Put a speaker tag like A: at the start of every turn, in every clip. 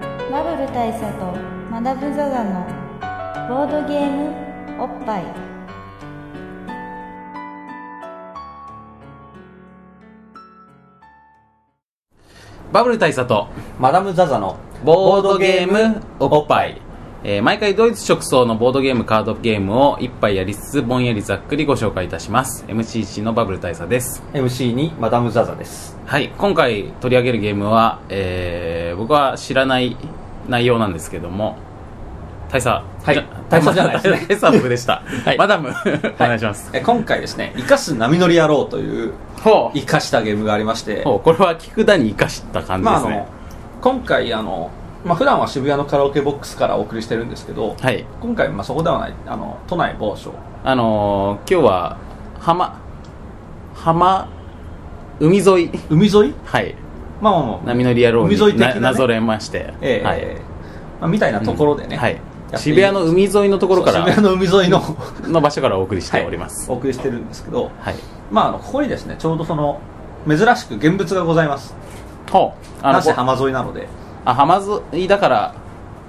A: 部大佐とマダム・ザ・ザのボードゲームおっぱい
B: バブル大佐と
C: マダム・ザ・ザの
B: ボードゲームおっぱい、えー毎回ドイツ直送のボードゲームカードゲームを一杯やりつつぼんやりざっくりご紹介いたします MCC のバブル大佐です
C: MC にマダム・ザ・ザです
B: はい今回取り上げるゲームは、えー僕は知らない内容なんですけども大佐
C: はい
B: じゃ
C: 大佐じゃないですね
B: 大佐部 でした、
C: い
B: マダムお願いします、
D: え今回ですね「生かす波乗り野郎」という
B: ほう
D: 生かしたゲームがありまして
B: ほうこれは菊田に生かした感じ
D: ま
B: で
D: ああ
B: すね、
D: の今回あの、まあ、普段は渋谷のカラオケボックスからお送りしてるんですけど
B: はい
D: 今回まあそこではないあの都内某所
B: あのー今日は浜浜海沿い
D: 海沿い
B: はい
D: まあまあまあ
B: 波乗り野郎に
D: 海沿い的な
B: な
D: ね
B: なぞれまして、
D: ええ
B: はい
D: まあ、みたいなところでね、
B: うんはい
D: やっていい
B: 渋谷の海沿いのところか
D: そう
B: ら
D: 渋谷の海 沿いの
B: の場所からお送りしております
D: はいお送りしてるんですけど、
B: はい、
D: まあ、あのここにですねちょうどその珍しく現物がございます
B: ほうあ
D: な
B: の
D: ぜ浜沿いなので
B: あ浜沿いだから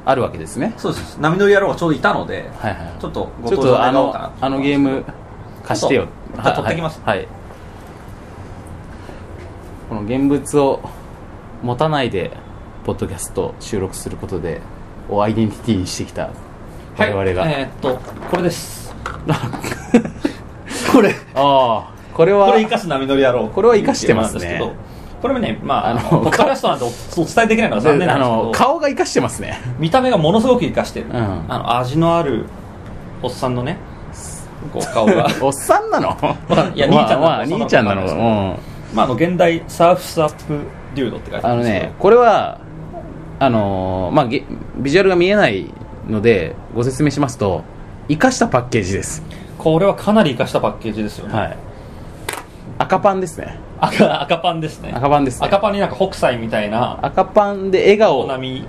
B: あるわけですね
D: そうです波乗り野郎がちょうどいたので
B: はいはい
D: ちょっとご
B: ちょっ
D: 登場
B: とあ
D: 願おう
B: の
D: かなと
B: あのゲーム貸してよ
D: ちょ
B: はい
D: っとじゃあ取ってきます
B: はい、はいこの現物を持たないでポッドキャストを収録することでをアイデンティティにしてきた我々が、
D: はい、えーっとこれです
C: これ
B: ああこれは
D: これ生かす波乗り野郎
B: これは生かしてますね
D: っていうゲームなんですけどこれもねまあ
B: あ
D: あ
B: の
D: のポッドキャストなんておお伝えできないから残念
B: で
D: な
B: あ
D: んです
B: の
D: けど
B: 顔が生かしてますね
D: 見た目がものすごく生かしてる、
B: うん
D: あの味のあるおっさんのねこう顔が
B: おっさんなの
D: いや
B: まあ
D: 兄ちゃんなの
B: まあ兄ちゃんなの
D: おっさんなのわかん
B: うん
D: まああの現代サーフスアップデュードって書いて
B: あ
D: あ
B: の
D: るんですけど
B: ねこれはあのーまあゲビジュアルが見えないのでご説明しますと生かしたパッケージです
D: これはかなり生かしたパッケージですよね、
B: はい赤パンですね
D: 赤赤パンですね
B: 赤パンですね
D: 赤パンになんか北斎みたいな
B: 赤パンで笑顔
D: お波い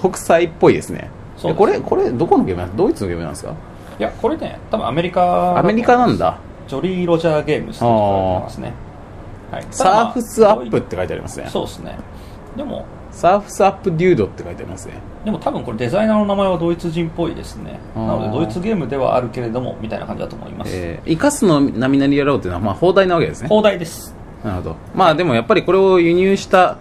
B: 北斎っぽいですね
D: そうです
B: これこれどこのゲームなんドイツのゲームなんですか
D: やこれね多分アメリカ
B: アメリカなんだ
D: ジョリー・ロジャー・ゲームズって書いてありますね、はい、ただまあ
B: サーフスアップって書いてありますね
D: そうですねでも
B: サーフスアップデュードって書いてありますね
D: でも多分これデザイナーの名前はドイツ人っぽいですね
B: あー
D: なのでドイツゲームではあるけれどもみたいな感じだと思います、
B: えー、生かすの波乗り野郎っていうのは、まあ、放題なわけですね
D: 放題です
B: なるほどまあでもやっぱりこれを輸入した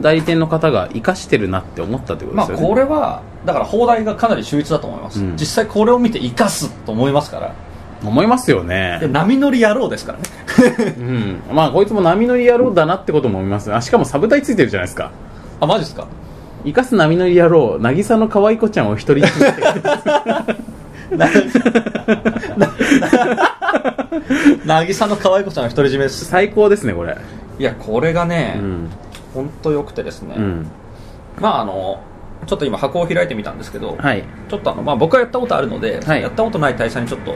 B: 代理店の方が生かしてるなって思ったってこと
D: ま
B: で
D: あ
B: すよね、
D: これはだから放題がかなり秀逸だと思います、
B: うん
D: 実際これを見て生かすと思いますから
B: 思いますよ
D: で
B: ね、
D: 波乗り野郎ですからね
B: うん、まあこいつも波乗り野郎だなってことも思いますあしかもサブタイついてるじゃないですか
D: あマジで すか
B: 生かす波乗り野郎渚の可愛い子ちゃんを一人にして
D: 渚の可愛い子ちゃんの独り占めです
B: 最高ですねこれ
D: いやこれが
B: う
D: ね、
B: ん
D: ほんと良くてですね、
B: うん
D: まああのちょっと今箱を開いてみたんですけど、
B: はい
D: ちょっとあの、まあ、僕はやったことあるので、
B: はい
D: やったことない大佐にちょっと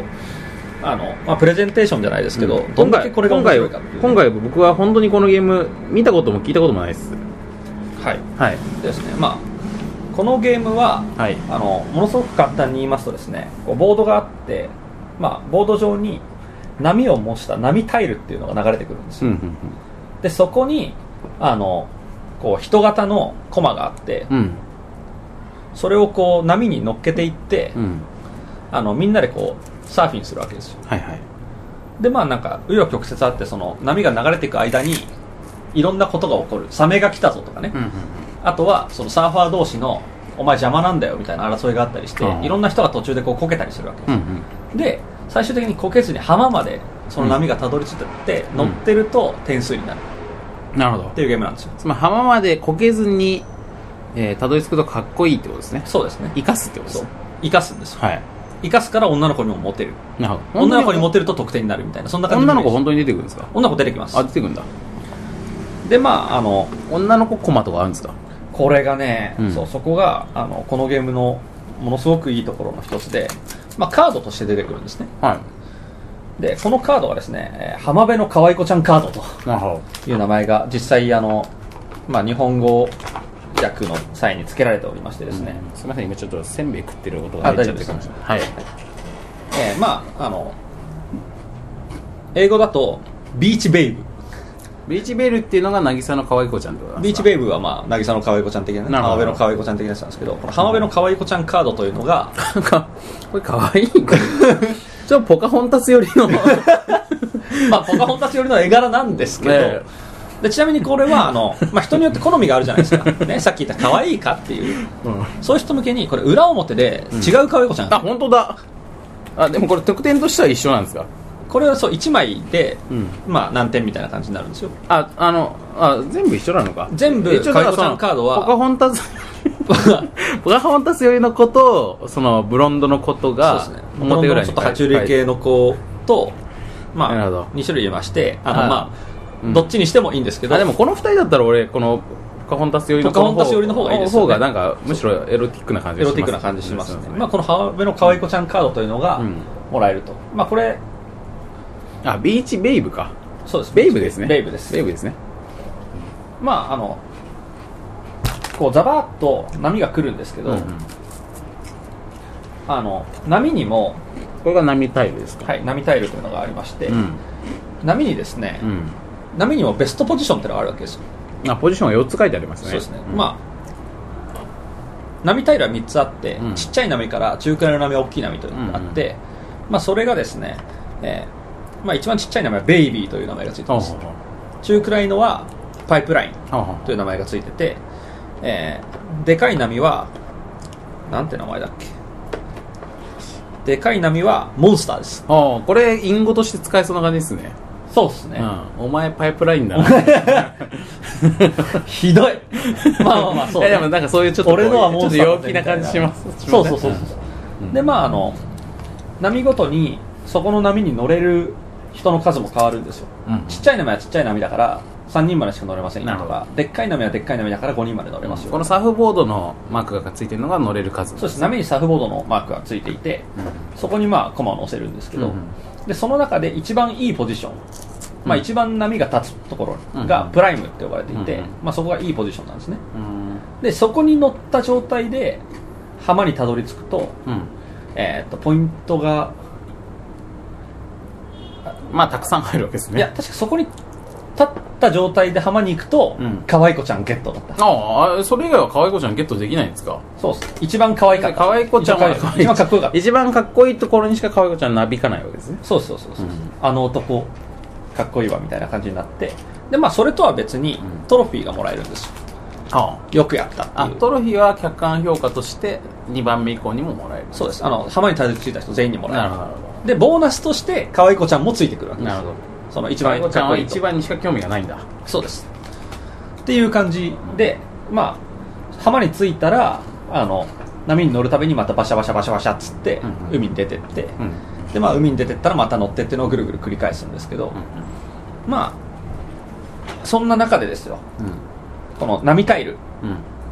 D: あの、まあ、プレゼンテーションじゃないですけど、
B: うん
D: どんだけこれが面白いかってい
B: 今
D: う
B: 回今回僕は本当にこのゲーム見たことも聞いたこともないです
D: はい
B: はい
D: ですねまあこのゲームは
B: はい
D: あのものすごく簡単に言いますとですねこうボードがあって、まあ、ボード上に波を模した波タイルっていうのが流れてくるんです
B: うん
D: よ、
B: うん
D: でそこにあのこう人型のコマがあって
B: うんうん
D: それをこう波に乗っけていって、
B: うん
D: あのみんなでこうサーフィンするわけですよ
B: はいはい
D: でまあなんか紆余曲折あってその波が流れていく間にいろんなことが起こるサメが来たぞとかね、
B: うんうん
D: あとはそのサーファー同士のお前邪魔なんだよみたいな争いがあったりして、
B: うん
D: いろんな人が途中でこうこけたりするわけ
B: う
D: で
B: ん
D: す、
B: うん
D: で最終的にこけずに浜までその波がたどり着いてって、
B: ん
D: 乗ってると点数になる
B: なるほど
D: っていうゲームなんですよ
B: つまり浜までこけずに、えーたどり着くとかっこいいってことですね
D: そうですね
B: 生かすってことで
D: そ
B: す
D: う
B: ね
D: 生かすんですよ
B: はい
D: 生かすから女の子にもモテる
B: なるほど
D: 女の子にモ
B: も
D: テると得点になるみたいなそんな感じ
B: 女の子
D: イメ
B: 本
D: ージ
B: 当に出てくるんですか
D: 女の子出てきます
B: あ出てくるんだ
D: でまああの
B: 女の子コマとかあるんですか
D: これがね、
B: うん
D: そうそこがあのこのゲームのものすごくいいところの一つで、まあ、カードとして出てくるんですね
B: は
D: でこのカードがですね、えー浜辺の可愛い子ちゃんカードと
B: いなるほ
D: いう名前が実際あの、まあ、日本語訳の際に付けられておりましてです
B: ど、
D: ね、
B: すみません今ちょっとせんべい食ってる音が入っちゃってるかもしれないはい
D: えーまああの英語だとビーチベイブ
B: ビーチベールっていうのが渚の可愛い子ちゃんってことなん
D: ビ
B: です
D: ーチ
B: か
D: ベイブはまあ渚の可愛い子ちゃん的なね
B: なるほ
D: 浜
B: ど
D: 辺の可愛い子ちゃん的なやつなんですけどこの浜辺の可愛い子ちゃんカードという のが
B: なんかこれ可愛い子 ちょっとポカホンタス寄り の
D: まあポカホンたち寄りの絵柄なんですけど、
B: え
D: でちなみにこれはあの、まあ、人によって好みがあるじゃないで すか、ね、さっき言った可愛いかっていう
B: うん
D: そういう人向けにこれ裏表で違う可愛い子ちゃん、
B: あ本当だあでもこれ特典としては一緒なんですか
D: これはそう1枚で、
B: うん
D: まあ、何点みたいな感じになるんで すよ
B: ああのあ全部一緒なのか
D: 全部
B: 一応だからそ
D: カイコちゃんのカードは
B: ポカホン タスポカホンタスよりの子とそのブロンドの子とが
D: そうですね
B: 表裏に
D: ちょっと爬虫類系の子と、ま
B: なるほ
D: あ
B: ど、
D: 2種類いましてあの、
B: はい
D: まあ
B: うん
D: どっちにしてもいいんですけど
B: あでもこの二人だったら俺このポカホンタス寄りの子
D: ポカホンタス寄りの方がいいですよね
B: 方がなんかむしろエロティックな感じ
D: エ
B: が
D: ロ
B: します
D: ティックな感じしますね
B: そう
D: まあ、この浜辺の可愛い子ちゃんカードというのが
B: うん
D: もらえると、まあこれ
B: あビーチベイブか
D: そうです
B: ベイブですね
D: ベイブです
B: ベイブですね
D: まああのこうザバーッと波が来るんですけど、
B: うんうん
D: あの波にも、
B: これが波タイルですか
D: はい、波タイルというのがありまして、
B: うん
D: 波にですね、
B: うん
D: 波にもベストポジションっていうのがあるわけですよ、
B: あポジションは4つ書いてありますね
D: そうですね、
B: ん
D: まあ波タイルは3つあって、
B: うん
D: ちっちゃい波から中くらいの波大きい波というのがあって、まあ、それがですね、えーまあ、一番ちっちゃい名前はベイビーという名前がついて
B: ほう
D: ま
B: ほ
D: す
B: うほう
D: 中くらいのはパイプライン
B: ほうほう
D: という名前がついてて、えーでかい波はなんて名前だっけでかい波はモンスターです
B: ああこれ隠語として使えそうな感じですね、
D: そうですね
B: うん、お前パイプラインだ な
D: ひどいまあまあまあそう、
B: いやでもなんかそういうちょっとこう
D: 俺のはモンスター
B: ちょっ
D: だ
B: と
D: ぜ
B: 陽気な感じします
D: みたいなそうそうそうそう、
B: うん
D: でまああの波ごとにそこの波に乗れる人の数も変わるんですよ、
B: うん
D: ちっちゃい波はちっちゃい波だから3人までしか乗れませんよ
B: なる
D: と
B: ほ
D: かでっかい波はでっかい波だから5人まで乗れます よ、
B: このサーフボードのマークがついてるのが乗れる数
D: そうです波にサーフボードのマークがついていて、そこにまあコマを乗せるんですけど、
B: うん
D: でその中で一番いいポジション、まあ、
B: うん
D: 一番波が立つところ
B: う
D: が
B: ん
D: プライムって呼ばれていて、
B: うん
D: まあ、そこがいいポジションなんですね
B: うん
D: でそこに乗った状態で浜にたどり着くと,、
B: うん
D: えー、とポイントが
B: まあたくさん入るわけですね
D: いや確かそこに立った状態で浜に行くと、
B: うん
D: 可愛い子ちゃんゲットだった
B: ああそれ以外は可愛い子ちゃんゲットできないんですか
D: そうっす一番可愛かった
B: 可愛い子ちゃんは可愛い
D: 一番かっこよかった
B: 一番かっこいいところにしか可愛い子ちゃんなびかないわけですね
D: そうそうそうそう、
B: うん
D: あの男かっこいいわみたいな感じになってでまあそれとは別にトロフィーがもらえるんですよ
B: あ
D: よくやったって
B: あ
D: いう
B: トロフィーは客観評価として2番目以降にももらえる
D: そうですあの浜にたどり着いた人全員にもらえ
B: な
D: る
B: るほどなる
D: でボーナスとして可愛い子ちゃんもついてくるわ
B: ほ
D: け
B: ど
D: です
B: なるほど
D: その一
B: 可愛
D: 番
B: い子ちゃんは
D: かっこいいと
B: 1番にしか興味がないんだ
D: そうですっていう感じでまあ浜に着いたらあの波に乗るたびにまたバシャバシャバシャバシャっつって
B: うんうん
D: 海に出てって、
B: うん
D: でまあ海に出てったらまた乗ってってのをぐるぐる繰り返すんですけど、まあそんな中でですよ
B: うん
D: この波タイル
B: う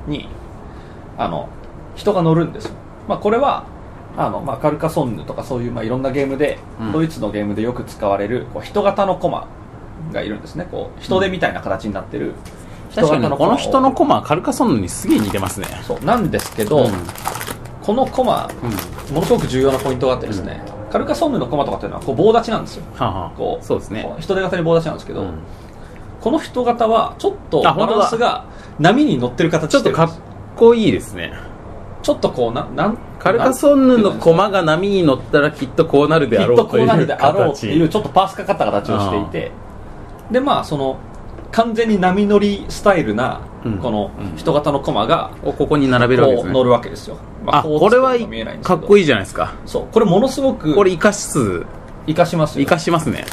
B: ん
D: にあの人が乗るんですよ、まあ、これはあの、まあ、カルカソンヌとかそういう、まあ、いろんなゲームで、
B: うん
D: ドイツのゲームでよく使われるこう人型のコマがいるんですねこう人手みたいな形になってる人
B: 確か
D: 型
B: に
D: の
B: こ
D: コマを
B: の人のコマはカルカソンヌにすげえ似てますね
D: そうなんですけ
B: う
D: ど、
B: ん
D: このコマ
B: うん
D: ものすごく重要なポイントがあってですね、カルカソンヌのコマとかっていうのはこう棒立ちなんですよ
B: はあはあ
D: こう
B: そうですね
D: こう人手型に棒立ちなんですけど、
B: うん
D: この人型はちょっと
B: あ本
D: バ
B: 当だ
D: ランスが波に乗ってる形
B: ちょ
D: し
B: ってと
D: る
B: かっこいいですね
D: ちょっとこうななん
B: カルカソンヌの駒が波に乗ったらきっとこうなるで
D: き
B: あ
D: っ
B: ろ
D: と
B: う
D: こと
B: いう
D: なる
B: う
D: であろうって
B: 形
D: いうちょっとパースかかった形をしていてでまあその完全に波乗りスタイルな
B: うん
D: この人型のコマが
B: をここに並べるわけで
D: こ
B: す
D: う
B: ね
D: 乗るわけですよ、
B: あこれはかっこい
D: い
B: いじゃないですか
D: そうこれものすごく
B: これ生かす
D: 生かします
B: 生
D: よ
B: かしますね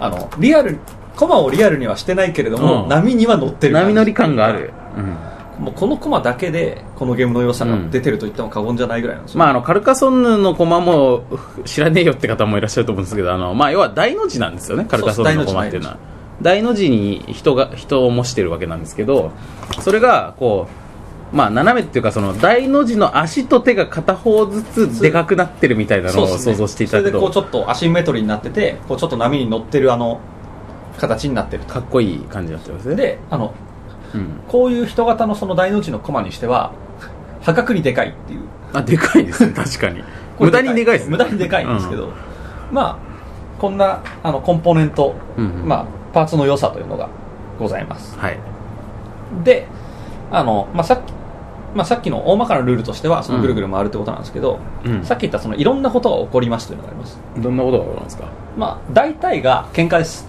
D: あのリアルコマをリアルにはしてないけれども、
B: うん
D: 波には乗ってる感
B: 波
D: じ
B: 乗り感があるうん
D: もうこのコマだけでこのゲームの良さが出てると言っても過言じゃないぐらいなんですよ、
B: まあ、あのカルカソンヌの駒も知らねえよって方もいらっしゃると思うんですけどあの、まあ、要は大の字なんですよねカルカソンヌの駒っていうのは大の字に人が人を模してるわけなんですけどそれがこう、まあ、斜めっていうかその大の字の足と手が片方ずつでかくなってるみたいなのを
D: っすね
B: 想像していただく
D: それでこうち
B: と
D: ょっとアシンメトリーになっててこうちょっと波に乗ってるあの形になってると
B: かっこいい感じになってますね、
D: であの
B: うん、
D: こういう人型のその大の字のコマにしては破格にでかいっていう
B: あでかいですね 確かに
D: これ
B: 無駄にでかいですね
D: 無駄にでかいんですけど、まあこんなあのコンポーネント、
B: うんうん
D: まあ、パーツの良さというのがございます
B: はい
D: であの、まあ、さっきまあ、さっきの大まかなルールとしてはそ
B: う
D: の
B: ん
D: ぐるぐる回るってことなんですけど、
B: うん
D: さっき言ったそのいろんなことが起こりますというのがあります、
B: どんなことが起こるんですか
D: まあ、大体が喧嘩です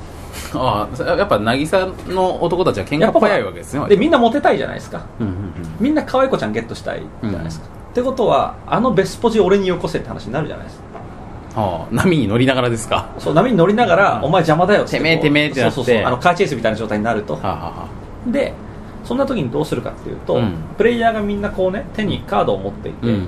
B: ああやっぱ渚の男たちは喧嘩早いわけですね
D: でみんなモテたいじゃないですか
B: うんうんうん
D: みんな可愛い子ちゃんゲットしたいじゃないですか、ってことはあのベスポジ俺によこせって話になるじゃないですか
B: ああ波に乗りながらですか
D: そう波に乗りながら、
B: うん
D: お前邪魔だよっつって
B: てめえてめえってなって
D: そうそうそうあのカーチェイスみたいな状態になると、
B: はあ、はあは
D: でそんな時にどうするかっていうと、
B: うん
D: プレイヤーがみんなこうね手にカードを持ってい
B: あ、
D: て、
B: うん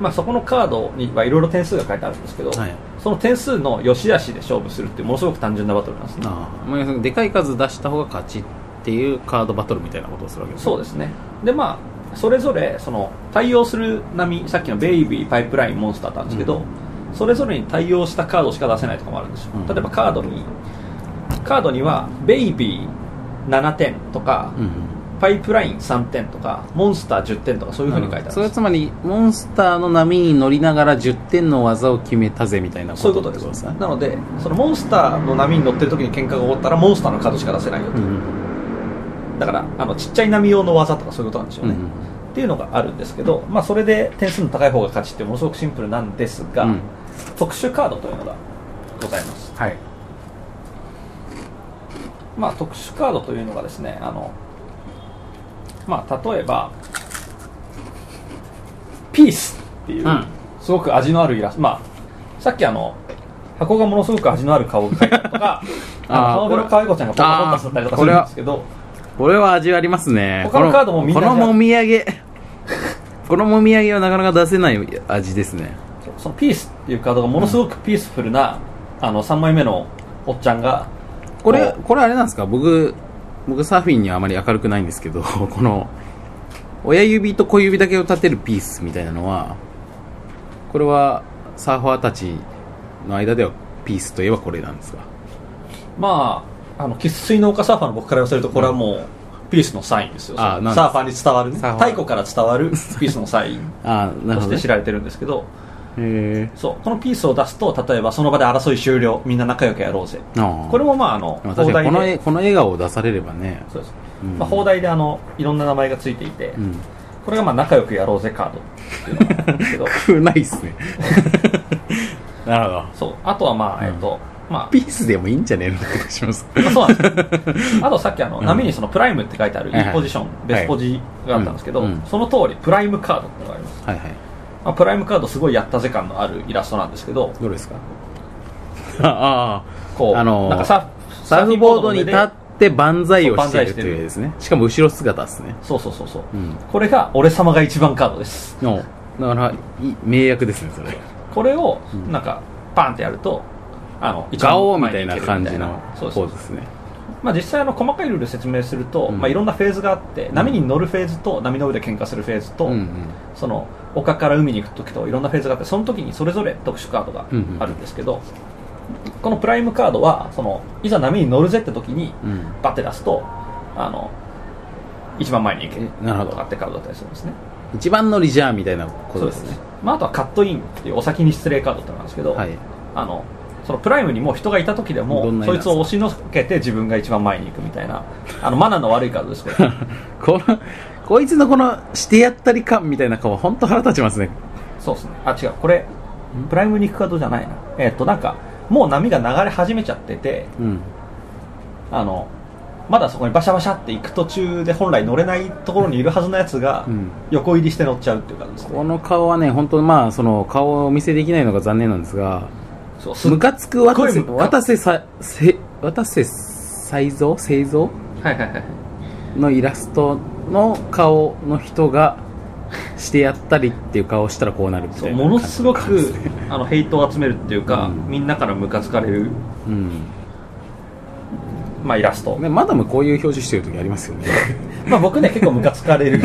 D: まあ、そこのカードにはいろいろ点数が書いてあるんですけど、
B: はい
D: その点数の良し悪しで勝負するっていうものすごく単純なバトルなんですね
B: ああまあ要するにでかい数出した方が勝ちっていうカードバトルみたいなことをするわけですね
D: そうですねでまあそれぞれその対応する波さっきのベイビーパイプラインモンスターなんですけど、
B: うん
D: それぞれに対応したカードしか出せないとかもあるんですよ、
B: うん
D: 例えばカードにカードにはベイビー7点とか、
B: うんうん
D: パイプライン3点とかモンスター10点とかそういうふうに書いてあるんです
B: それはつまりモンスターの波に乗りながら10点の技を決めたぜみたいな
D: そういうこ
B: っ
D: と
B: て
D: で
B: こ
D: す
B: とですね
D: なのでそのモンスターの波に乗ってる時に喧嘩が起こったらモンスターのカードしか出せないよと、
B: うんうん
D: だからあのちっちゃい波用の技とかそういうことなんでしょう
B: うんう
D: ね、
B: ん
D: っていうのがあるんですけど、まあ、それで点数の高い方が勝ちってものすごくシンプルなんですが、
B: うん
D: 特殊カードというのがございます、
B: はい
D: まあ、特殊カードというのがですねあの、まあ、例えばピースっていう、
B: うん
D: すごく味のあるイラスト、まあ、さっきあの箱がものすごく味のある顔が描いてあると か
B: あー
D: あの顔色可愛い子ちゃんがポカポカしったりとかするんですけど
B: これは味ありますね
D: 他のカードもみんな
B: このこのもみあげこのもみあげはなかなか出せない味ですね
D: そのピースっていうカードがものすごくピースフルな、あの3枚目のおっちゃんが
B: これこれあれなんですか僕僕サーフィンにはあまり明るくないんですけど この親指と小指だけを立てるピースみたいなのはこれはサーファーたちの間ではピースといえばこれなんですか
D: まあ、あの生粋の丘サーファーの僕から言わせると、これはもう、ピースのサインですよ、
B: あな
D: そ
B: んで
D: の
B: す
D: サーファーに伝わるね、
B: サーファー
D: 太古から伝わ るピースのサイン
B: ああなるほ
D: とし
B: ど、
D: て
B: ね
D: 知、られてるんですけど、
B: へえ
D: そうこのピースを出すと、例えばその場で争い終了、みんな仲良くやろうぜ、
B: こ
D: これもまあ、あの
B: まあ
D: 放
B: 確かにこの
D: 題
B: 絵
D: で、
B: この笑顔を出されればね、
D: そうです
B: うん
D: まあ、放題であのいろんな名前がついていて、
B: うん、、
D: これがまあ仲良くやろうぜカードっていうのがあるんですけど
B: くないっすねなるほど
D: そうあとはまあ、
B: うん
D: えっと、まあ、
B: ピースでもいいんじゃねえのって気がします
D: まあそうなんで すよあとさっきあの、波にそのプライムって書いてある
B: はいはい
D: E ポジション、ベスポジがあったんですけど、
B: うんうん
D: その通りプライムカードってのがあります、
B: はいはい
D: まあ、プライムカードすごいやったぜ感のあるイラストなんですけど
B: どれですか ああ
D: こう、
B: あのー
D: なんかサ
B: サーフボードに立
D: サー
B: っ
D: フィンボーの上で
B: て万歳をしてい
D: そ
B: る
D: う万歳し
B: と
D: てる
B: いう絵ですねしかも後ろ姿ですね
D: そうそうそうそう、
B: うん
D: これが俺様が一番カードです
B: のだからい名役ですねそれ
D: これを
B: うん
D: なんかパンってやるとあの一番
B: ガオーみた
D: 前
B: い
D: に
B: な
D: 行ける
B: 感じのポ
D: そうですそ
B: ー
D: うで
B: ズ
D: す
B: ですね
D: まあ、実際あの細かいルール説明すると、
B: うん
D: まあ、いろんなフェーズがあって波に乗るフェーズと波の上で喧嘩するフェーズと、
B: うんうん
D: その丘から海に行く時といろんなフェーズがあってその時にそれぞれ特殊カードが
B: うんうん
D: あるんですけど、このプライムカードはそのいざ波に乗るぜって時に
B: うん
D: バッて出すとあの一番前に行ける
B: えなるほど
D: とかってカードだったりするんですね
B: 一番乗りじゃあみたいなことですね
D: まあ、あとはカットインっていうお先に失礼カードってのがあるんですけど、
B: はい
D: あのそのプライムにもう人がいた時で
B: ど
D: も
B: んな絵な
D: そ
B: ん
D: い
B: です
D: つ
B: か
D: を押しのけて自分が一番前に行くみたいなあのマナーの悪いカードですけど
B: このこいつのこのしてやったり感みたいな顔本当腹立ちますね
D: そうですねあ違うこれプライムに行くカードじゃないなえっ、となんかもう波が流れ始めちゃってて
B: うん
D: あのまだそこにバシャバシャって行く途中で本来乗れないところにいるはずのやつが
B: うん
D: 横入りして乗っちゃうっていう感じですね
B: この顔はね本当まあその顔をお見せできないのが残念なんですが
D: そうす
B: ムカつく渡瀬
D: すっごいムカ
B: 渡瀬させ渡瀬才造製造
D: はいはいはい
B: のイラストの顔の人がしてやったりっていう顔をしたらこうなるみたい
D: そう
B: な
D: ものすご
B: 感じ
D: くあのヘイトを集めるっていうか、
B: うん
D: みんなからムカつかれる、
B: うん
D: まあ、イラスト、
B: ねマダムこういう表情してる時あり ますよね
D: まあ、僕ね結構ムカつかれる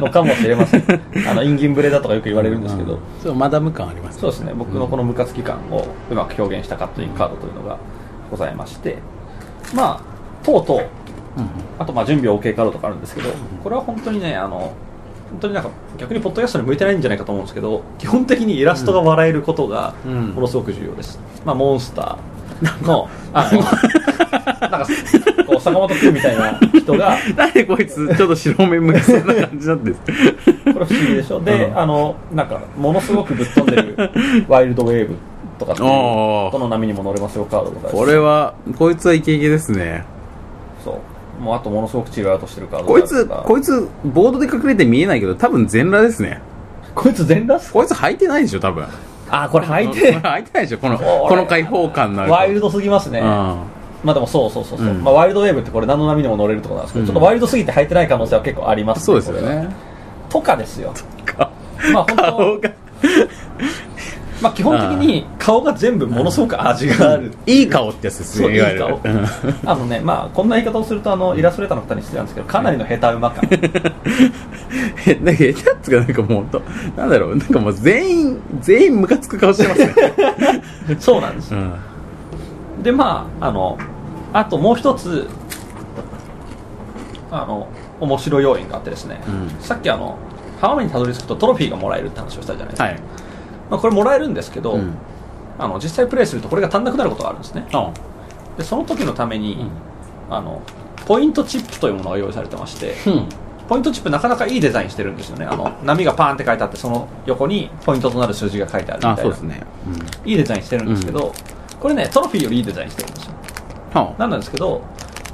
D: のかもしれ ませんあのインギンブレだとかよく言われるんですけど、
B: うそうマダム感あります
D: そうですね僕のこのムカつき感をうまく表現したカットインカードというのがございましてまあとうとう
B: うん
D: あとまあ準備は OK カードとかあるんですけど、これは本当にね、あの本当になんか逆にポッドキャストに向いてないんじゃないかと思うんですけど、基本的にイラストが笑えることが
B: うん
D: ものすごく重要です。まあ、モンスター、の、あ の、なんか、こう、坂本くんみたいな人が、
B: なんでこいつちょっと白目向きそうな感じなんです
D: これ不思議でしょ。で、
B: うん
D: あの、なんか、ものすごくぶっ飛んでる、ワイルドウェーブとかっていう、
B: おー
D: どの波にも乗れますよカードとかです
B: これはこいつはイケイケですね
D: そう。もうあとものすごく違うとしてるカード
B: こいつ
D: とか
B: こいつボードで隠れて見えないけど多分全裸ですね
D: こいつ全裸っす
B: こいつ履いてないでしょ多分
D: あ、これ履い
B: これ
D: て、
B: 履いて ないでしょこの
D: これ
B: この開放感のある
D: ワイルドすぎますね。
B: うん
D: まあでもそうそうそうそう、
B: うん
D: まあ、ワイルドウェーブってこれ何の波でも乗れるとこなんですけど、
B: うん
D: ちょっとワイルドすぎて履いてない可能性は結構あります
B: そうですよ
D: これは
B: ね
D: とかですよ
B: か
D: まあ本
B: 顔
D: 当、
B: が
D: まあ、基本的に顔が全部ものすごく味がある、
B: いい顔ってやつです
D: そう
B: ね
D: いい
B: わゆる
D: 顔
B: うん
D: あのねまあこんな言い方をするとあのイラストレーターの方に失礼なんですけどかなりの下手馬 感
B: へなんか下手っつうかなんかもうほんとなんだろうなんかもう全員全員ムカつく顔してますね、
D: そうなんです
B: う
D: よ
B: ん、
D: でまああのあともう一つあの面白い要因があってですね、
B: うん
D: さっきあの浜辺にたどり着くとトロフィーがもらえるって話をしたじゃないですか、
B: はい
D: まあ、これもらえるんですけど、
B: うん
D: あの実際プレイするとこれが足んなくなることがあるんですね
B: あ
D: でその時のために、
B: ん
D: あのポイントチップというものが用意されてまして
B: うん
D: ポイントチップなかなかいいデザインしてるんですよねあの波がパーンって書いてあってその横にポイントとなる数字が書いてあるみたい
B: あ
D: な
B: そうですね、うん、
D: いいデザインしてるんですけど、これねトロフィーよりいいデザインしてるんですよ
B: は
D: なんなんですけど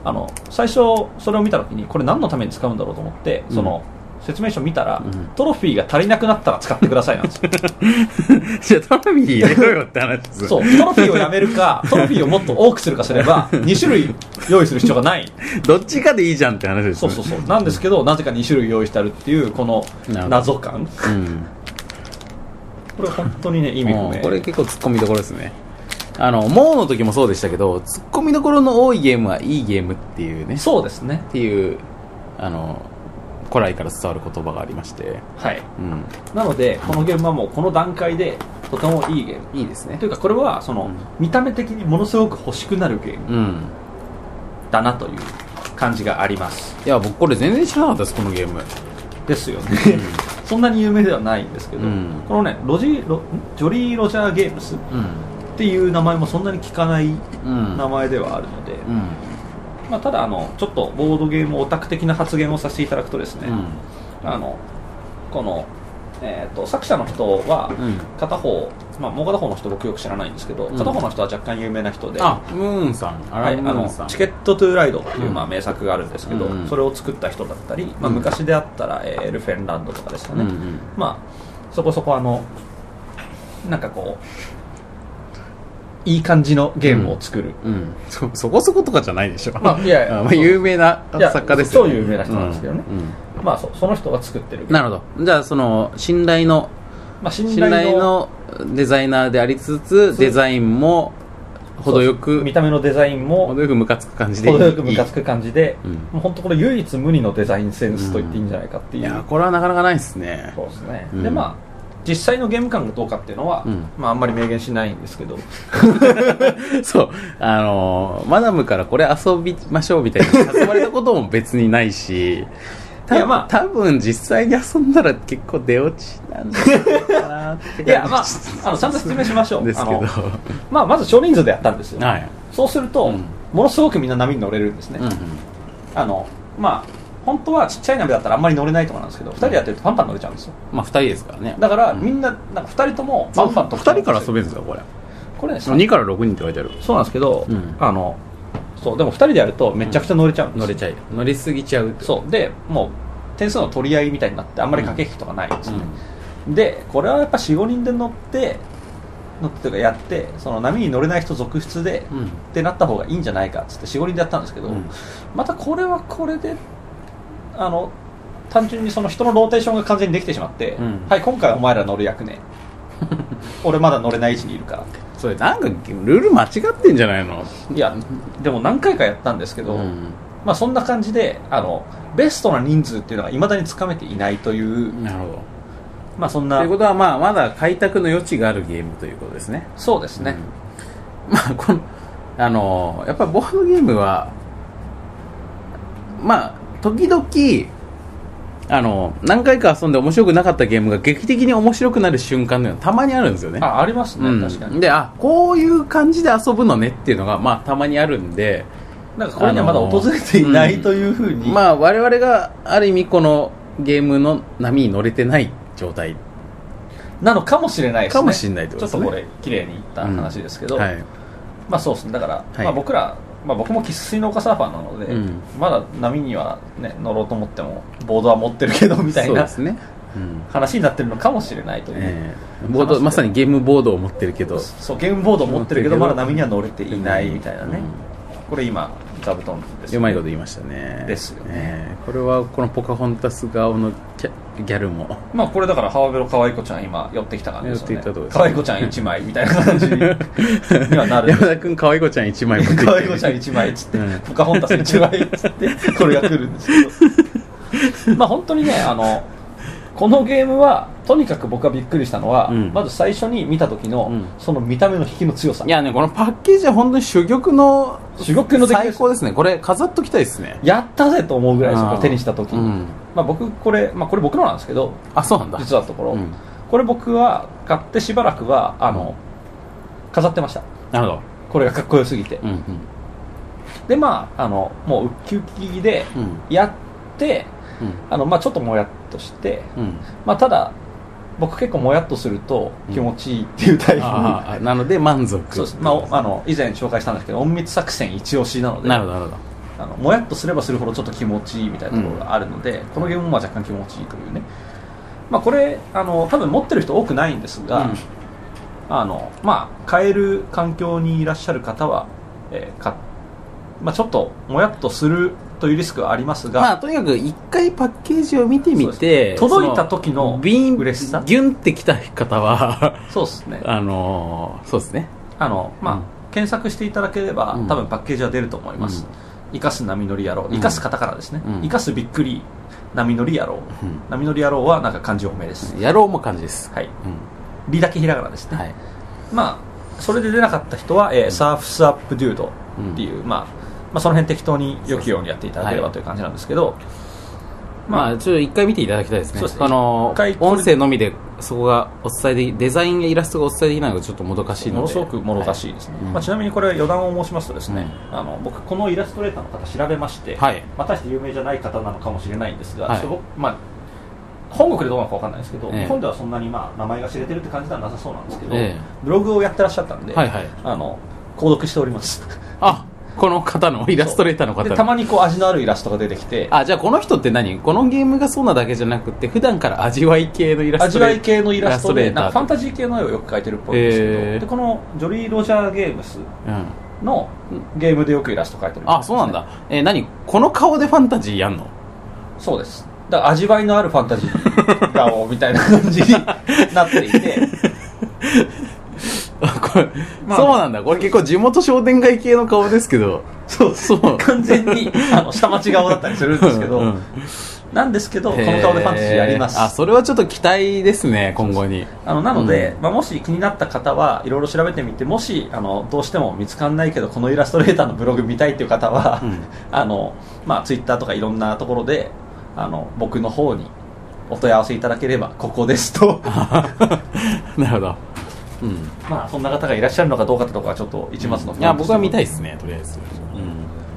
D: あの最初それを見た時にこれ何のために使うんだろうと思ってその、説明書見たら、
B: うん
D: トロフィーが足りなくなったら使ってくださいな んです
B: あ
D: よ
B: じゃあトロミー入れろよって話です
D: そうトロフィーをやめるかトロフィーをもっと多くするかすれ ば2種類用意する必要がない
B: どっちかでいいじゃんって話です
D: そう
B: ね
D: そうそうなんですけどなぜか2種類用意してあるっていうこの
B: なるほど
D: 謎感
B: うん
D: これ本当にね意味不
B: う
D: 明
B: んこれ結構ツッコミどころですねあの「モー」の時もそうでしたけどツッコミどころの多いゲームはいいゲームっていうね
D: そうですね
B: っていうあの古来から伝わる言葉がありまして
D: はい
B: うん
D: なのでこのゲームはもうこの段階でとてもいいゲーム
B: いいですね
D: というかこれはその、
B: うん
D: 見た目的にものすごく欲しくなるゲーム
B: うん
D: だなという感じがあります
B: いや僕これ全然知らなかったですこのゲーム
D: ですよね そんなに有名ではないんですけど、
B: うん
D: このねロジロジョリー・ロジャー・ゲームスっ
B: うん
D: ていう名前もそんなに聞かない
B: うん
D: 名前ではあるので、
B: うん
D: まあ、ただあのちょっとボードゲームオタク的な発言をさせていただくとですね、
B: うん
D: あのこの、えー、と作者の人は
B: うん
D: 片方、まあ、もう片方の人僕よく知らないんですけど、
B: うん
D: 片方の人は若干有名な人で。
B: あムーンさんあ
D: はい、
B: ら
D: あ
B: ムーン
D: の
B: さん
D: チケット・トゥ・ライドっていう、
B: うん
D: まあ、名作があるんですけど、
B: うん
D: それを作った人だったり、まあ、
B: うん
D: 昔であったら、えーエルフェンランドとかですか
B: うん
D: ね、
B: うん
D: まあ、そこそこあのなんかこういい感じのゲームを作る、
B: うんそそこそことかじゃないでしょ
D: まあいやいや
B: まあ有名ない
D: や
B: 作家ですよね
D: そう有名な人なんですけどね
B: うんうん
D: まあ、そうその人が作ってる
B: なるほどじゃあその信頼の
D: まあ、信
B: 信
D: 頼の
B: 頼のデザイナーでありつつデザインも程よく
D: 見た目のデザインも
B: 程よくムカつく感じでいい
D: 程よくムカつく感じで、
B: うん
D: もう本当これ唯一無二のデザインセンスと言っていいんじゃないかって
B: い
D: いう、
B: やこれはなかなかないですね
D: そうですね、
B: うん
D: でまあ実際のゲーム感がどうかっていうのは、
B: うん
D: まあ、あんまり明言しないんですけど、
B: そうあのーマダムからこれ遊びましょうみたいに誘われたことも別に ないした
D: いやまあ
B: 多分実際に遊んだら結構出落ちなんじゃないかなって感
D: い
B: じ
D: や、まあ、あのちゃんと説明しましょう、
B: ですけど
D: あのまあ、まず少人数でやったんですよ、
B: はい
D: そうすると、
B: うん
D: ものすごくみんな波に乗れるんですね、
B: うんうん
D: あのまあ、本当はちっちゃい波だったらあんまり乗れないところなんですけど、2人でやってるとパンパン乗れちゃうんですよ、
B: まあ2人ですからね
D: だから、
B: うん
D: みんな、なんか2人ともパンパンと
B: 2人から遊べる
D: る、
B: んですかこれ
D: これね、そう
B: 2から6人って書いてある
D: なんですけど、
B: うん
D: あのそうでも2人でやると、めちゃくちゃ乗れちゃうんですよ
B: 乗れちゃい乗りすぎちゃう
D: そうでもう点数の取り合いみたいになってあんまり駆け引きとかないんですね、でこれはやっぱ45人で乗って乗ってというかやってその波に乗れない人続出で、
B: うん、うん
D: ってなった方がいいんじゃないかっつって45人でやったんですけど、
B: うん
D: またこれはこれであの単純にその人のローテーションが完全にできてしまって、
B: うん
D: はい今回はお前ら乗る 役ね俺まだ乗れない位置にいるから
B: それなんかルール間違ってんじゃないの
D: いやでも何回かやったんですけど、
B: ん
D: まあ、そんな感じであのベストな人数っていうのがいまだにつかめていないという、
B: なるほど
D: まあ、そん
B: と
D: な
B: いうことはまあまだ開拓の余地があるゲームということですね
D: そうですね、
B: うんまあこのあのやっぱりボードゲームはまあ時々あの何回か遊んで面白くなかったゲームが劇的に面白くなる瞬間のようなたまにあるんですよね
D: あありますね、
B: うん
D: 確かに
B: であこういう感じで遊ぶのねっていうのがまあたまにあるんで
D: なんかこれにはまだ訪れていないというふうに、
B: まあ我々がある意味このゲームの波に乗れてない状態
D: なのかもしれないですね
B: かもしれないってことですね
D: ちょっとこれ綺麗にいった話ですけど、
B: はい
D: まあそうですねだから、
B: はい
D: まあ、僕ら、まあ、僕も生粋の丘サーファーなので、
B: うん
D: まだ波には、ね、乗ろうと思ってもボードは持ってるけどみたい
B: そうで
D: な
B: すね、うん
D: 話になってるのかもしれないという、
B: えーボードまさにゲームボードを持ってるけど
D: そうゲームボードを持ってるけど
B: 持っ
D: ま
B: てるけど
D: だ波には乗れていないみたいなね、
B: うん
D: これ今座布団です、
B: うまいこと言いましたね
D: ですよね
B: えーこれはこのポカホンタス顔のキャギャルも
D: まあこれだからハワベロ可愛い子ちゃん今寄ってきた感じですよね
B: 寄ってきたとこですね
D: 可愛い子ちゃん1枚みたいな感じ にはなる
B: 山田君可愛い子ちゃん1枚持ってきて
D: 可愛い子ちゃん1枚っつって、
B: うん
D: ポカホンタス1枚っつってこれが来るんですけ どまあ本当にねあのこのゲームはとにかく僕がびっくりしたのは、
B: うん
D: まず最初に見た時の、
B: うん
D: その見た目の引きの強さ
B: いやねこのパッケージは本当に珠玉の
D: 珠玉の出来で
B: 最
D: す
B: 高ですねこれ飾っときたいですね
D: やったぜと思うぐらいです
B: あ
D: よ
B: ー
D: これ手にした時に、
B: うん
D: まあ、僕これ、まあ、これ僕のなんですけど
B: あそうなんだ
D: 実はところ、
B: うん
D: これ僕は買ってしばらくはあの、飾ってました
B: なるほど
D: これがかっこよすぎて、
B: うん
D: でまああのもうウッキウキで
B: うんうん
D: やって、あのまあ、ちょっともやっとして、
B: うんうん
D: まあ、ただ僕結構もやっとすると気持ちいいっていうタイプに、
B: あーあなので満足
D: そうです、まあお、あの以前紹介したんですけど隠密作戦一押しなので
B: なるほどなるほど
D: あのもやっとすればするほどちょっと気持ちいいみたいなところがあるので、このゲームもまあ若干気持ちいいというね、まあ、これあの多分持ってる人多くないんです
B: う
D: が、
B: ん
D: あのまあ、買える環境にいらっしゃる方は、えーかまあ、ちょっともやっとするというリスクはありますが、
B: まあとにかく一回パッケージを見てみ
D: そう
B: て
D: 届いた時の
B: ビーン
D: 嬉しさ
B: ギュンってきた方は
D: そうですね
B: あのーそうですね
D: あの、まあ
B: うん
D: 検索していただければ、
B: うん
D: 多分パッケージは出ると思います、生かす波乗り野郎
B: うん
D: 生かす方からですね、
B: うん
D: 生かすびっくり波乗り野郎
B: うん
D: 波乗り野郎はなんか漢字多めです、
B: 野郎も感じです
D: はい
B: うん
D: りだけひらがなですね、
B: はい
D: まあそれで出なかった人は、えーサーフスアップデュードっていう、まあ、まあその辺適当に良きようにやっていただければ
B: はい
D: という感じなんですけど、
B: まあ、ちょっと一回見ていただきたいですね。
D: そうですね
B: あの
D: 一回、これ
B: 音声のみで、そこがお伝えでき、デザインやイラストがお伝えできないのがちょっともどかしいので。
D: ものすごくもどかしいですね、
B: はいうん
D: まあ、ちなみにこれ余談を申しますとですね、
B: う
D: あの僕このイラストレーターの方調べまして、
B: はい
D: まあ、大して有名じゃない方なのかもしれないんですが、
B: はい
D: ちょっと僕まあ、本国でどうなのかわかんないですけど、
B: ええ
D: 日本ではそんなに、まあ、名前が知れてるって感じではなさそうなんですけど、
B: ええ
D: ブログをやってらっしゃったんで、
B: はいはい
D: あの購読しております
B: あ、この方の、イラストレーターの方
D: で
B: の
D: たまにこう味のあるイラストが出てきて
B: あ、じゃあこの人って何このゲームがそうなだけじゃなくて、普段から味わい系のイラス
D: 味
B: トレ
D: わい系のイラストでなんかファン
B: タ
D: タジー系の絵をよく描いてるっぽいんですけど、
B: ええ
D: でこのジョリー・ロジャー・ゲームス
B: うん。
D: のゲームでよくイラスト描いてるみたい
B: あ、
D: です
B: そ
D: ね
B: うなんだ。えー何この顔でファンタジーやんの
D: そうですだから味わいのあるファンタジー顔みたいな感じになっていて
B: あこれ、
D: まあ
B: そうなんだ。これ結構地元商店街系の顔ですけど。そうそう。
D: 完全にあの下町顔だったりするんですけど、
B: うん
D: なんですけどこの顔でファンタジーやりま
B: へ
D: す
B: ーあ、それはちょっと期待ですね、今後に。
D: あのなので、
B: う
D: まあ、もし気になった方はいろいろ調べてみてもしあのどうしても見つかんないけどこのイラストレーターのブログ見たいっていう方は、
B: うん
D: あのまあ、ツイッターとかいろんなところであの僕の方にお問い合わせいただければここですと
B: なるほど。うん。
D: まあそんな方がいらっしゃるのかどうかってところはちょっと一松の
B: いや僕は見たい
D: い
B: ですねとりあえず、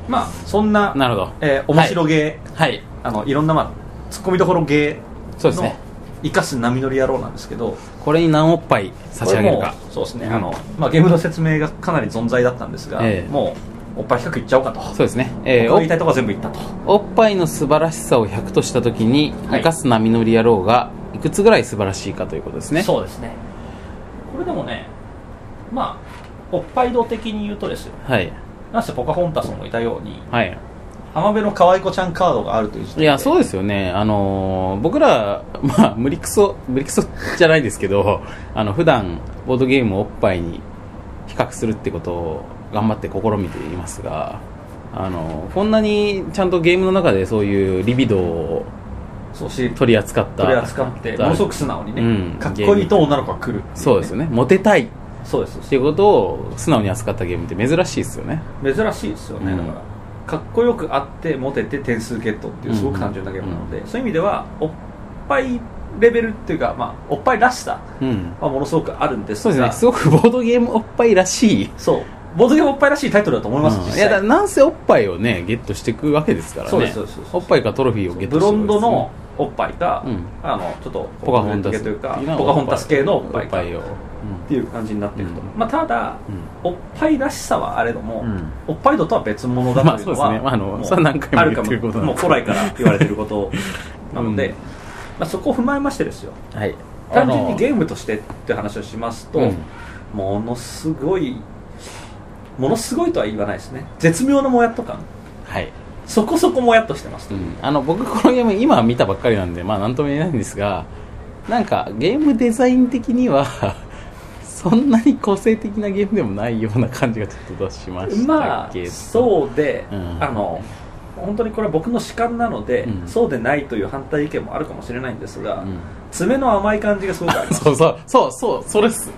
D: まあそんな
B: なるほど
D: えー面白ゲー、
B: はい
D: あのいろんな、まあ、ツッコミどころゲ
B: そう
D: ー
B: です
D: の
B: ね
D: 生かす波乗り野郎なんですけど
B: これに何おっぱい差し上げるか
D: これもうそうですね、
B: うん
D: あのまあ、ゲームの説明がかなり存在だったんですが、
B: ええ
D: もうおっぱい比較いっちゃおうかと
B: そうですね、えー
D: 僕が言いたいとこは全部言ったと
B: おおっぱいの素晴らしさを100とした時に
D: はい
B: 生かす波乗り野郎がいくつぐらい素晴らしいかということですね
D: そうですねこれでもねまあおっぱい度的に言うとですよ
B: はい
D: なぜポカホンタソンもいたように
B: はい
D: 浜辺の可愛い子ちゃんカードがあるという時点
B: い
D: で
B: やそうですよねあのー僕ら まあ無理くそ無理くそ じゃないですけどあの普段ボードゲームをおっぱいに比較するってことを頑張って試みていますがあのこんなにちゃんとゲームの中でそういうリビドーを
D: そうし
B: 取り扱った
D: 取り扱ってものすごく素直にね、
B: うん
D: かっこいいと女の子が来るっていね
B: そうですよねモテたいっ
D: そうです
B: ていうことを素直に扱ったゲームって珍しいですよね
D: 珍しいですよね、
B: うん
D: だからかっこよくあってモテて点数ゲットっていうすごく単純なゲームなので、そういう意味ではおっぱいレベルっていうか、まあ、おっぱいらしさ
B: うん
D: はものすごくあるんです
B: そう
D: が
B: ですねすごくボードゲームおっぱいらしい
D: そうボードゲームおっぱいらしいタイトルだと思います、
B: うん
D: 実
B: い
D: 際
B: やだなんせおっぱいをねゲットしていくわけですからね
D: そうですそうですそうです
B: おっぱいかトロフィーをゲット
D: ブ
B: して
D: ロ
B: いくわけ
D: ンド
B: ですね
D: のおっぱいか、
B: うん
D: あのちょっと
B: ポカホンタ
D: 系
B: ス
D: というか
B: 的な
D: ポカホンタス系のおっぱい
B: おっ
D: か
B: ぱ
D: っ
B: いを
D: ていう感じになっていくと、
B: うん
D: まあ、ただ
B: うんうん
D: おっぱいらしさはあれども、
B: うん
D: おっぱい度とは別物だというの
B: まあそう
D: は、
B: ですねまああの
D: もう
B: それは何回も言ってること
D: あ
B: なん
D: もう
B: ですけ
D: 古
B: ど
D: 来から言われてることなので、
B: うん
D: まあ、そこを踏まえましてですよ
B: はい
D: 単純にゲ
B: ー
D: ームとしてって話をしますと、
B: うん
D: ものすごいものすごいとは言わないですね絶妙なもやっと感
B: はい、
D: そこそこもやっとしてます
B: う
D: と、
B: ん、あの僕このゲーム今見たばっかりなんでまあ何とも言えないんですがなんかゲームデザイン的には そんなに個性的なゲームでもないような感じがちょっとしました
D: ま
B: けど、
D: あそうで、
B: うん
D: あの本当にこれは僕の主観なので、
B: うん
D: そうでないという反対意見もあるかもしれないんですが、
B: うん
D: 爪の甘い感じがすごくあります
B: そうそうそうそうそれっす、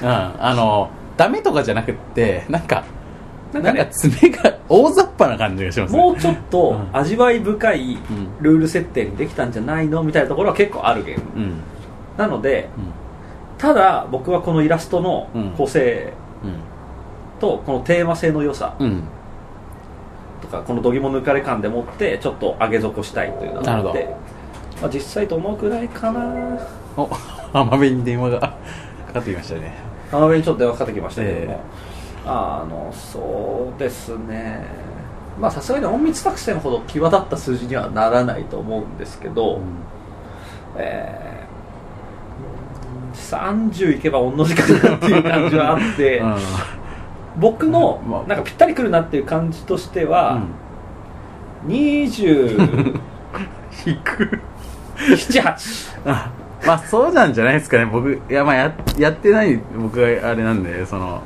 B: うん、あのダメとかじゃなくってなんか
D: な
B: なんん
D: か
B: か,、
D: ね
B: 爪が大雑把な感じがしますね
D: もうちょっと
B: うん
D: 味わい深い
B: ん
D: ルール設定にできたんじゃないのみたいなところは結構あるゲーム
B: うん
D: なので
B: うん
D: ただ僕はこのイラストの
B: うん
D: 個性
B: うん
D: とこのテーマ性の良さ
B: うん
D: とかこのどぎも抜かれ感でもってちょっと上げ底したいというのがあっ
B: な
D: て
B: る、
D: まあ、実際どのくらいかな
B: お浜辺に電話が かかってきましたね
D: 浜辺にちょっと電話かかってきましたけども、
B: え
D: あのそうですねまあさすがに隠密作戦ほど際立った数字にはならないと思うんですけど、えー、30いけば同じかなっていう感じはあって、
B: うん
D: 僕の
B: まあ
D: なんかぴったりくるなっていう感じとしては、278
B: 引くあまあそうなんじゃないですかね僕いやまあややってない僕があれなんでその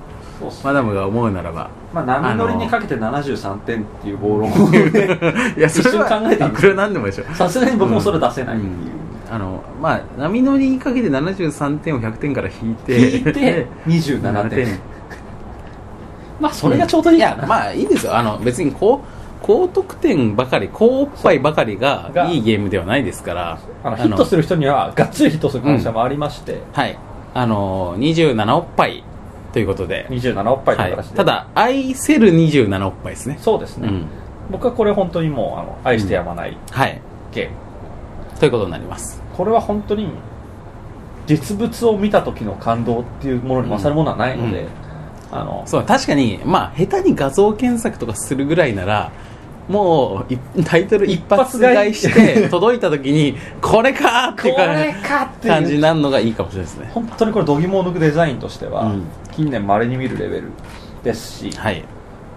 B: マダムが思うならば
D: まあ波乗りにかけて73点っていう暴論を
B: いやそれ
D: 一瞬考
B: は
D: えたん
B: い
D: です
B: くらなんでもでしょ
D: さすがに僕もそれ出せないっていう、
B: あのまあ波乗りにかけて73点を100点から引いて
D: 引い て27点まあそれがちょうど
B: い
D: いい
B: や
D: かな、
B: まあいいですよあの別にこう高得点ばかり高おっぱいばかりが
D: が
B: いいゲームではないですから
D: あのヒットする人にはがっつりヒットする可能性もありまして、
B: はいあの27おっぱいということで
D: 27おっぱいとい
B: は
D: う形
B: い
D: で、
B: ただ愛せる27おっぱいですね
D: そうです
B: う
D: ね、
B: ん
D: 僕はこれ本当にもうあの愛してやまない
B: はい
D: ゲーム、
B: ということになります
D: これは本当に実物を見た時の感動っていうものに勝るものはないので、
B: うん
D: あの
B: そう確かにまあ下手に画像検索とかするぐらいならもういタイトル一発買い
D: 一
B: し
D: 発買い
B: て届いた時にこれかーっていう
D: これ
B: 感
D: かって
B: じ感じ
D: い
B: に
D: う
B: なるのがいいかもしれないですね
D: 本当にこれどぎもを抜くデザインとしては、
B: うん
D: 近年まれに見るレベルですし、
B: はい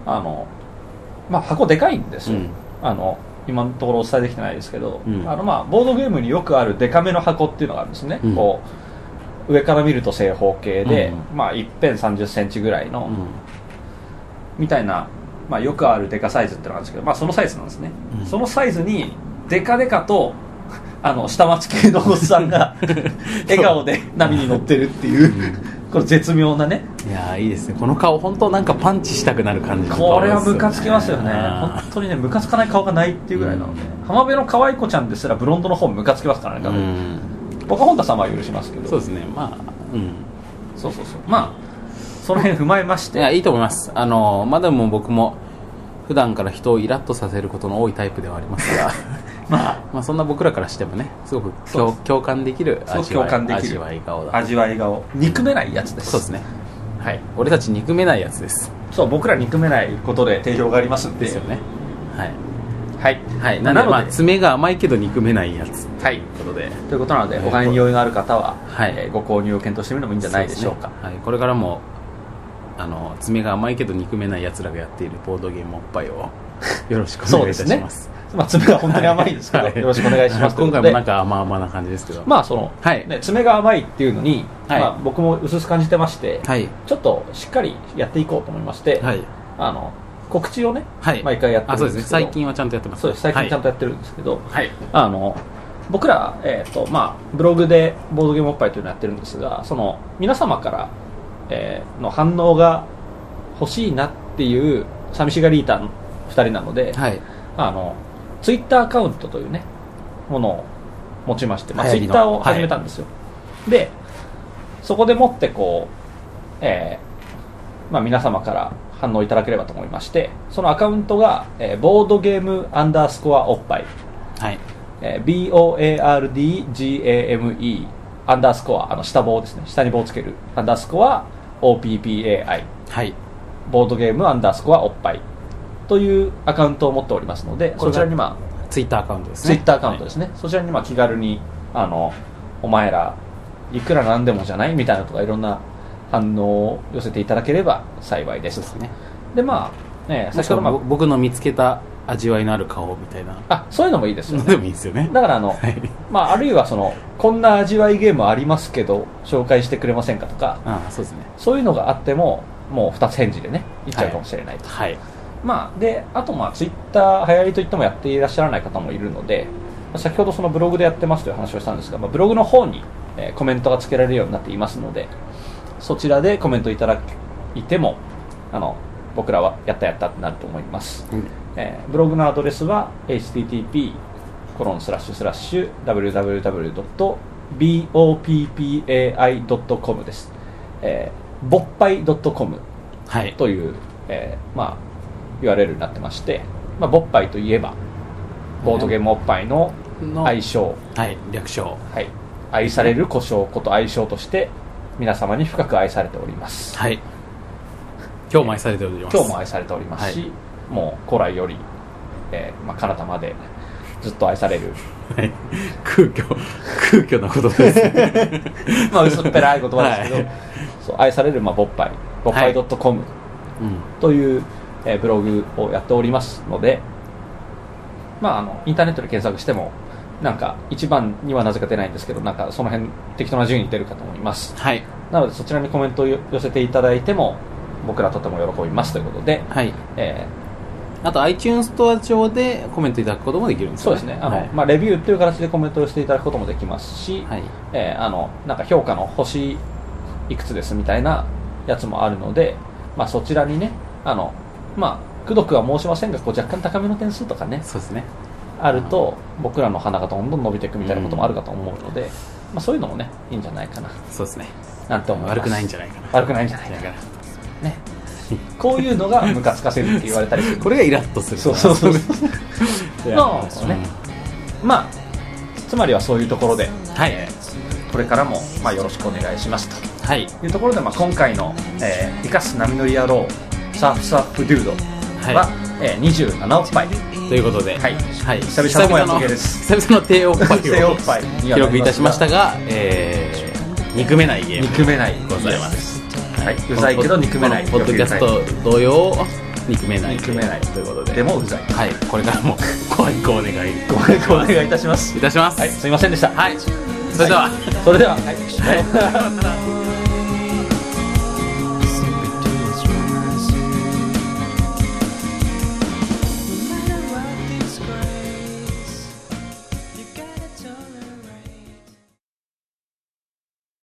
D: あのまあ、箱でかいんですよ、
B: うん
D: あの今のところお伝えできてないですけど、
B: うん
D: あのまあ、ボードゲームによくあるデカめの箱っていうのがあるんですね、
B: うん
D: こう上から見ると正方形で、
B: う
D: まあ、一辺3 0センチぐらいの、
B: うん
D: みたいな、まあ、よくあるデカサイズってのがあるんですけど、まあ、そのサイズなんですね、
B: うん
D: そのサイズにデカデカと あの下町系のおっさ んが笑顔で波に乗ってるっていう、これ絶妙なね
B: いやーいいですねこの顔本当なんかパンチしたくなる感じの顔
D: これは
B: ですよ
D: ムカつきますよね
B: あ
D: 本当にねムカつかない顔がないっていうぐらいなので、浜辺の可愛い子ちゃんですらブロンドの方ムカつきますからね
B: ー
D: 多
B: う
D: 分、
B: ん
D: 僕は本田さんは許しますけど
B: そうですねまあうん
D: そうそうそうまあその辺踏まえまし
B: いや
D: て
B: いいと思いますあのマダムも僕も普段から人をイラッとさせることの多いタイプではありますが
D: ま
B: まあそんな僕らからしてもねすごく
D: そう
B: 共
D: です
B: 共感できる
D: そう
B: 味わい
D: 共感できる
B: 味わい顔
D: あ
B: だ
D: 味わい顔憎めないやつです
B: そうですねはい俺たち憎めないやつです
D: そう僕ら憎めないことで定評がありますんで
B: ですよねはい、
D: はい、
B: はい、
D: な
B: な
D: の
B: の
D: で
B: で、まあ、爪が甘いけど憎めないやつ
D: はい
B: ということで
D: ということなのでお金に余裕のある方は、
B: はい
D: えーご購入を検討してみるのもいいんじゃないでしょう
B: そう
D: か
B: ですねはい、これからもあの爪が甘いけど憎めないやつらがやっているボードゲームおっぱい をよろしくお願いいたします
D: まあ、爪が本当に甘いですけど、
B: はい
D: よろしくお願いします
B: 今回もなん
D: か
B: か甘々な感じですけど、
D: まあその、
B: はい
D: ね、爪が甘いっていうのに、
B: はい
D: まあ、僕も薄々感じてまして、
B: はい
D: ちょっとしっかりやっていこうと思いまして、
B: はい
D: あの告知をね、
B: はい
D: 毎回やって
B: あそ
D: る
B: うんです
D: で
B: ね
D: すけど
B: 最近はちゃんとやってます
D: そうです最近ちゃん
B: と
D: とやってるんですけど、
B: はい、
D: あの僕ら、えーとまあ、ブログでボードゲームおっぱいというのをやってるんですがその皆様から、えーの反応が欲しいなっていう寂しがりーたん2人なので、
B: はい
D: あのツイッターアカウントというねものを持ちまして、まあ、
B: 流行
D: ツイ
B: り
D: ッ
B: の
D: ターを始めたんですよ、でそこでもってこう、えーまあ、皆様から反応いただければと思いましてそのアカウントが、えーボードゲームアンダースコアおっぱい、
B: はい
D: えー BOARDGAME アンダースコアあの下棒ですね下に棒をつけるアンダースコア OPPAI
B: はい
D: ボードゲームアンダースコアおっぱいというアカウントを持っておりますので
B: これが
D: そちらにまあ
B: ツイッターアカウントです
D: ツ
B: ね
D: イッターアカウントですね、そちらにまあ気軽にあのお前らいくらなんでもじゃないみたいなとかいろんな反応を寄せていただければ幸いで
B: そ
D: す
B: うですね
D: でまあ、ね、
B: も
D: 先
B: し
D: ほ
B: く
D: ど、
B: はぼ
D: ま
B: 僕の見つけた味わいのある顔みたいな
D: あ、あそういうのもいいですよ
B: の
D: ね
B: でもいいですよね
D: だからあの、
B: はい
D: まあ、あるいはそのこんな味わいゲームありますけど紹介してくれませんかとか
B: ああそうですね
D: そういうのがあってももう2つ返事でね言っちゃうかもしれないと、
B: はい
D: まあ、であと、まあ、ツイッター流行りといってもやっていらっしゃらない方もいるので、まあ先ほどそのブログでやってますという話をしたんですが、まあ、ブログの方に、えーコメントがつけられるようになっていますのでそちらでコメントいただいてもあの僕らはやったやったってなると思います、
B: うん
D: えーブログのアドレスは http コロンスラッシュスラッシュ www.boppai.com です、えー、ぼっぱい .com
B: はい
D: という、えーまあ、URL になってまして、まあ、ボッパイといえばボードゲームおっぱいの
B: の
D: 愛称、
B: はい略称
D: はい、愛される故障こと愛称として皆様に深く愛されております
B: はい今日も愛されております
D: 今日も愛されておりますし、
B: は
D: もう古来より、えーまあ、彼方までずっと愛される
B: はい空虚空虚なことですね
D: まあ薄っぺらい言葉ですけど、
B: は
D: そう愛される、まあ、ボッパイボッパイ .com、
B: うん
D: という、えーブログをやっておりますので、まあ、あのインターネットで検索してもなんか1番にはなぜか出ないんですけどなんかその辺適当な順位に出るかと思います
B: はい
D: なのでそちらにコメントを寄せていただいても僕らとても喜びますということで、
B: はい
D: え
B: あと iTunes ストア上でコメントいただくこともできるん
D: ー
B: です
D: そ
B: よ
D: う
B: ね
D: ですねあの、
B: はい
D: まあ、レビューという形でコメントをしていただくこともできますし、
B: はい
D: えーあのなんか評価の星いくつですみたいなやつもあるので、まあ、そちらにねあの、まあ、くどくは申しませんがこう若干高めの点数とかね
B: そうですね
D: あると僕らの鼻がどんどん伸びていくみたいなこともあるかと思うので、まあ、そういうのもねいいんじゃないかな
B: そうですね
D: なんて思います
B: 悪くないんじゃないかな
D: 悪くないんじゃない
B: だ
D: か
B: から
D: なねこういうのがムカつかせるって言われたりする
B: これがイラッとする
D: そうそうそう
B: いや
D: そうですねまあつまりはそういうところで
B: はい
D: これからもまあよろしくお願いしますと
B: はい
D: いうところで、まあ、今回の「えー、生かす波乗り野郎サーフサーフデュードは」
B: は
D: えー27おっぱい
B: ということで
D: は
B: はいい
D: 久々のやつです
B: 久々の低おっ ぱい
D: 低お
B: を
D: っぱいにはなりますが
B: 記録いたしましたがえー憎めないゲーム
D: 憎めない
B: ございます
D: はい、うざいけど憎めない
B: このポッドキャスト同様憎めない
D: 憎めない
B: ということで
D: でもうざい
B: はいこれからもご愛顧お願い
D: ご協力お願いいたします
B: いたします
D: はいすいませんでした
B: はいそれでは
D: それでは、はい、さようなら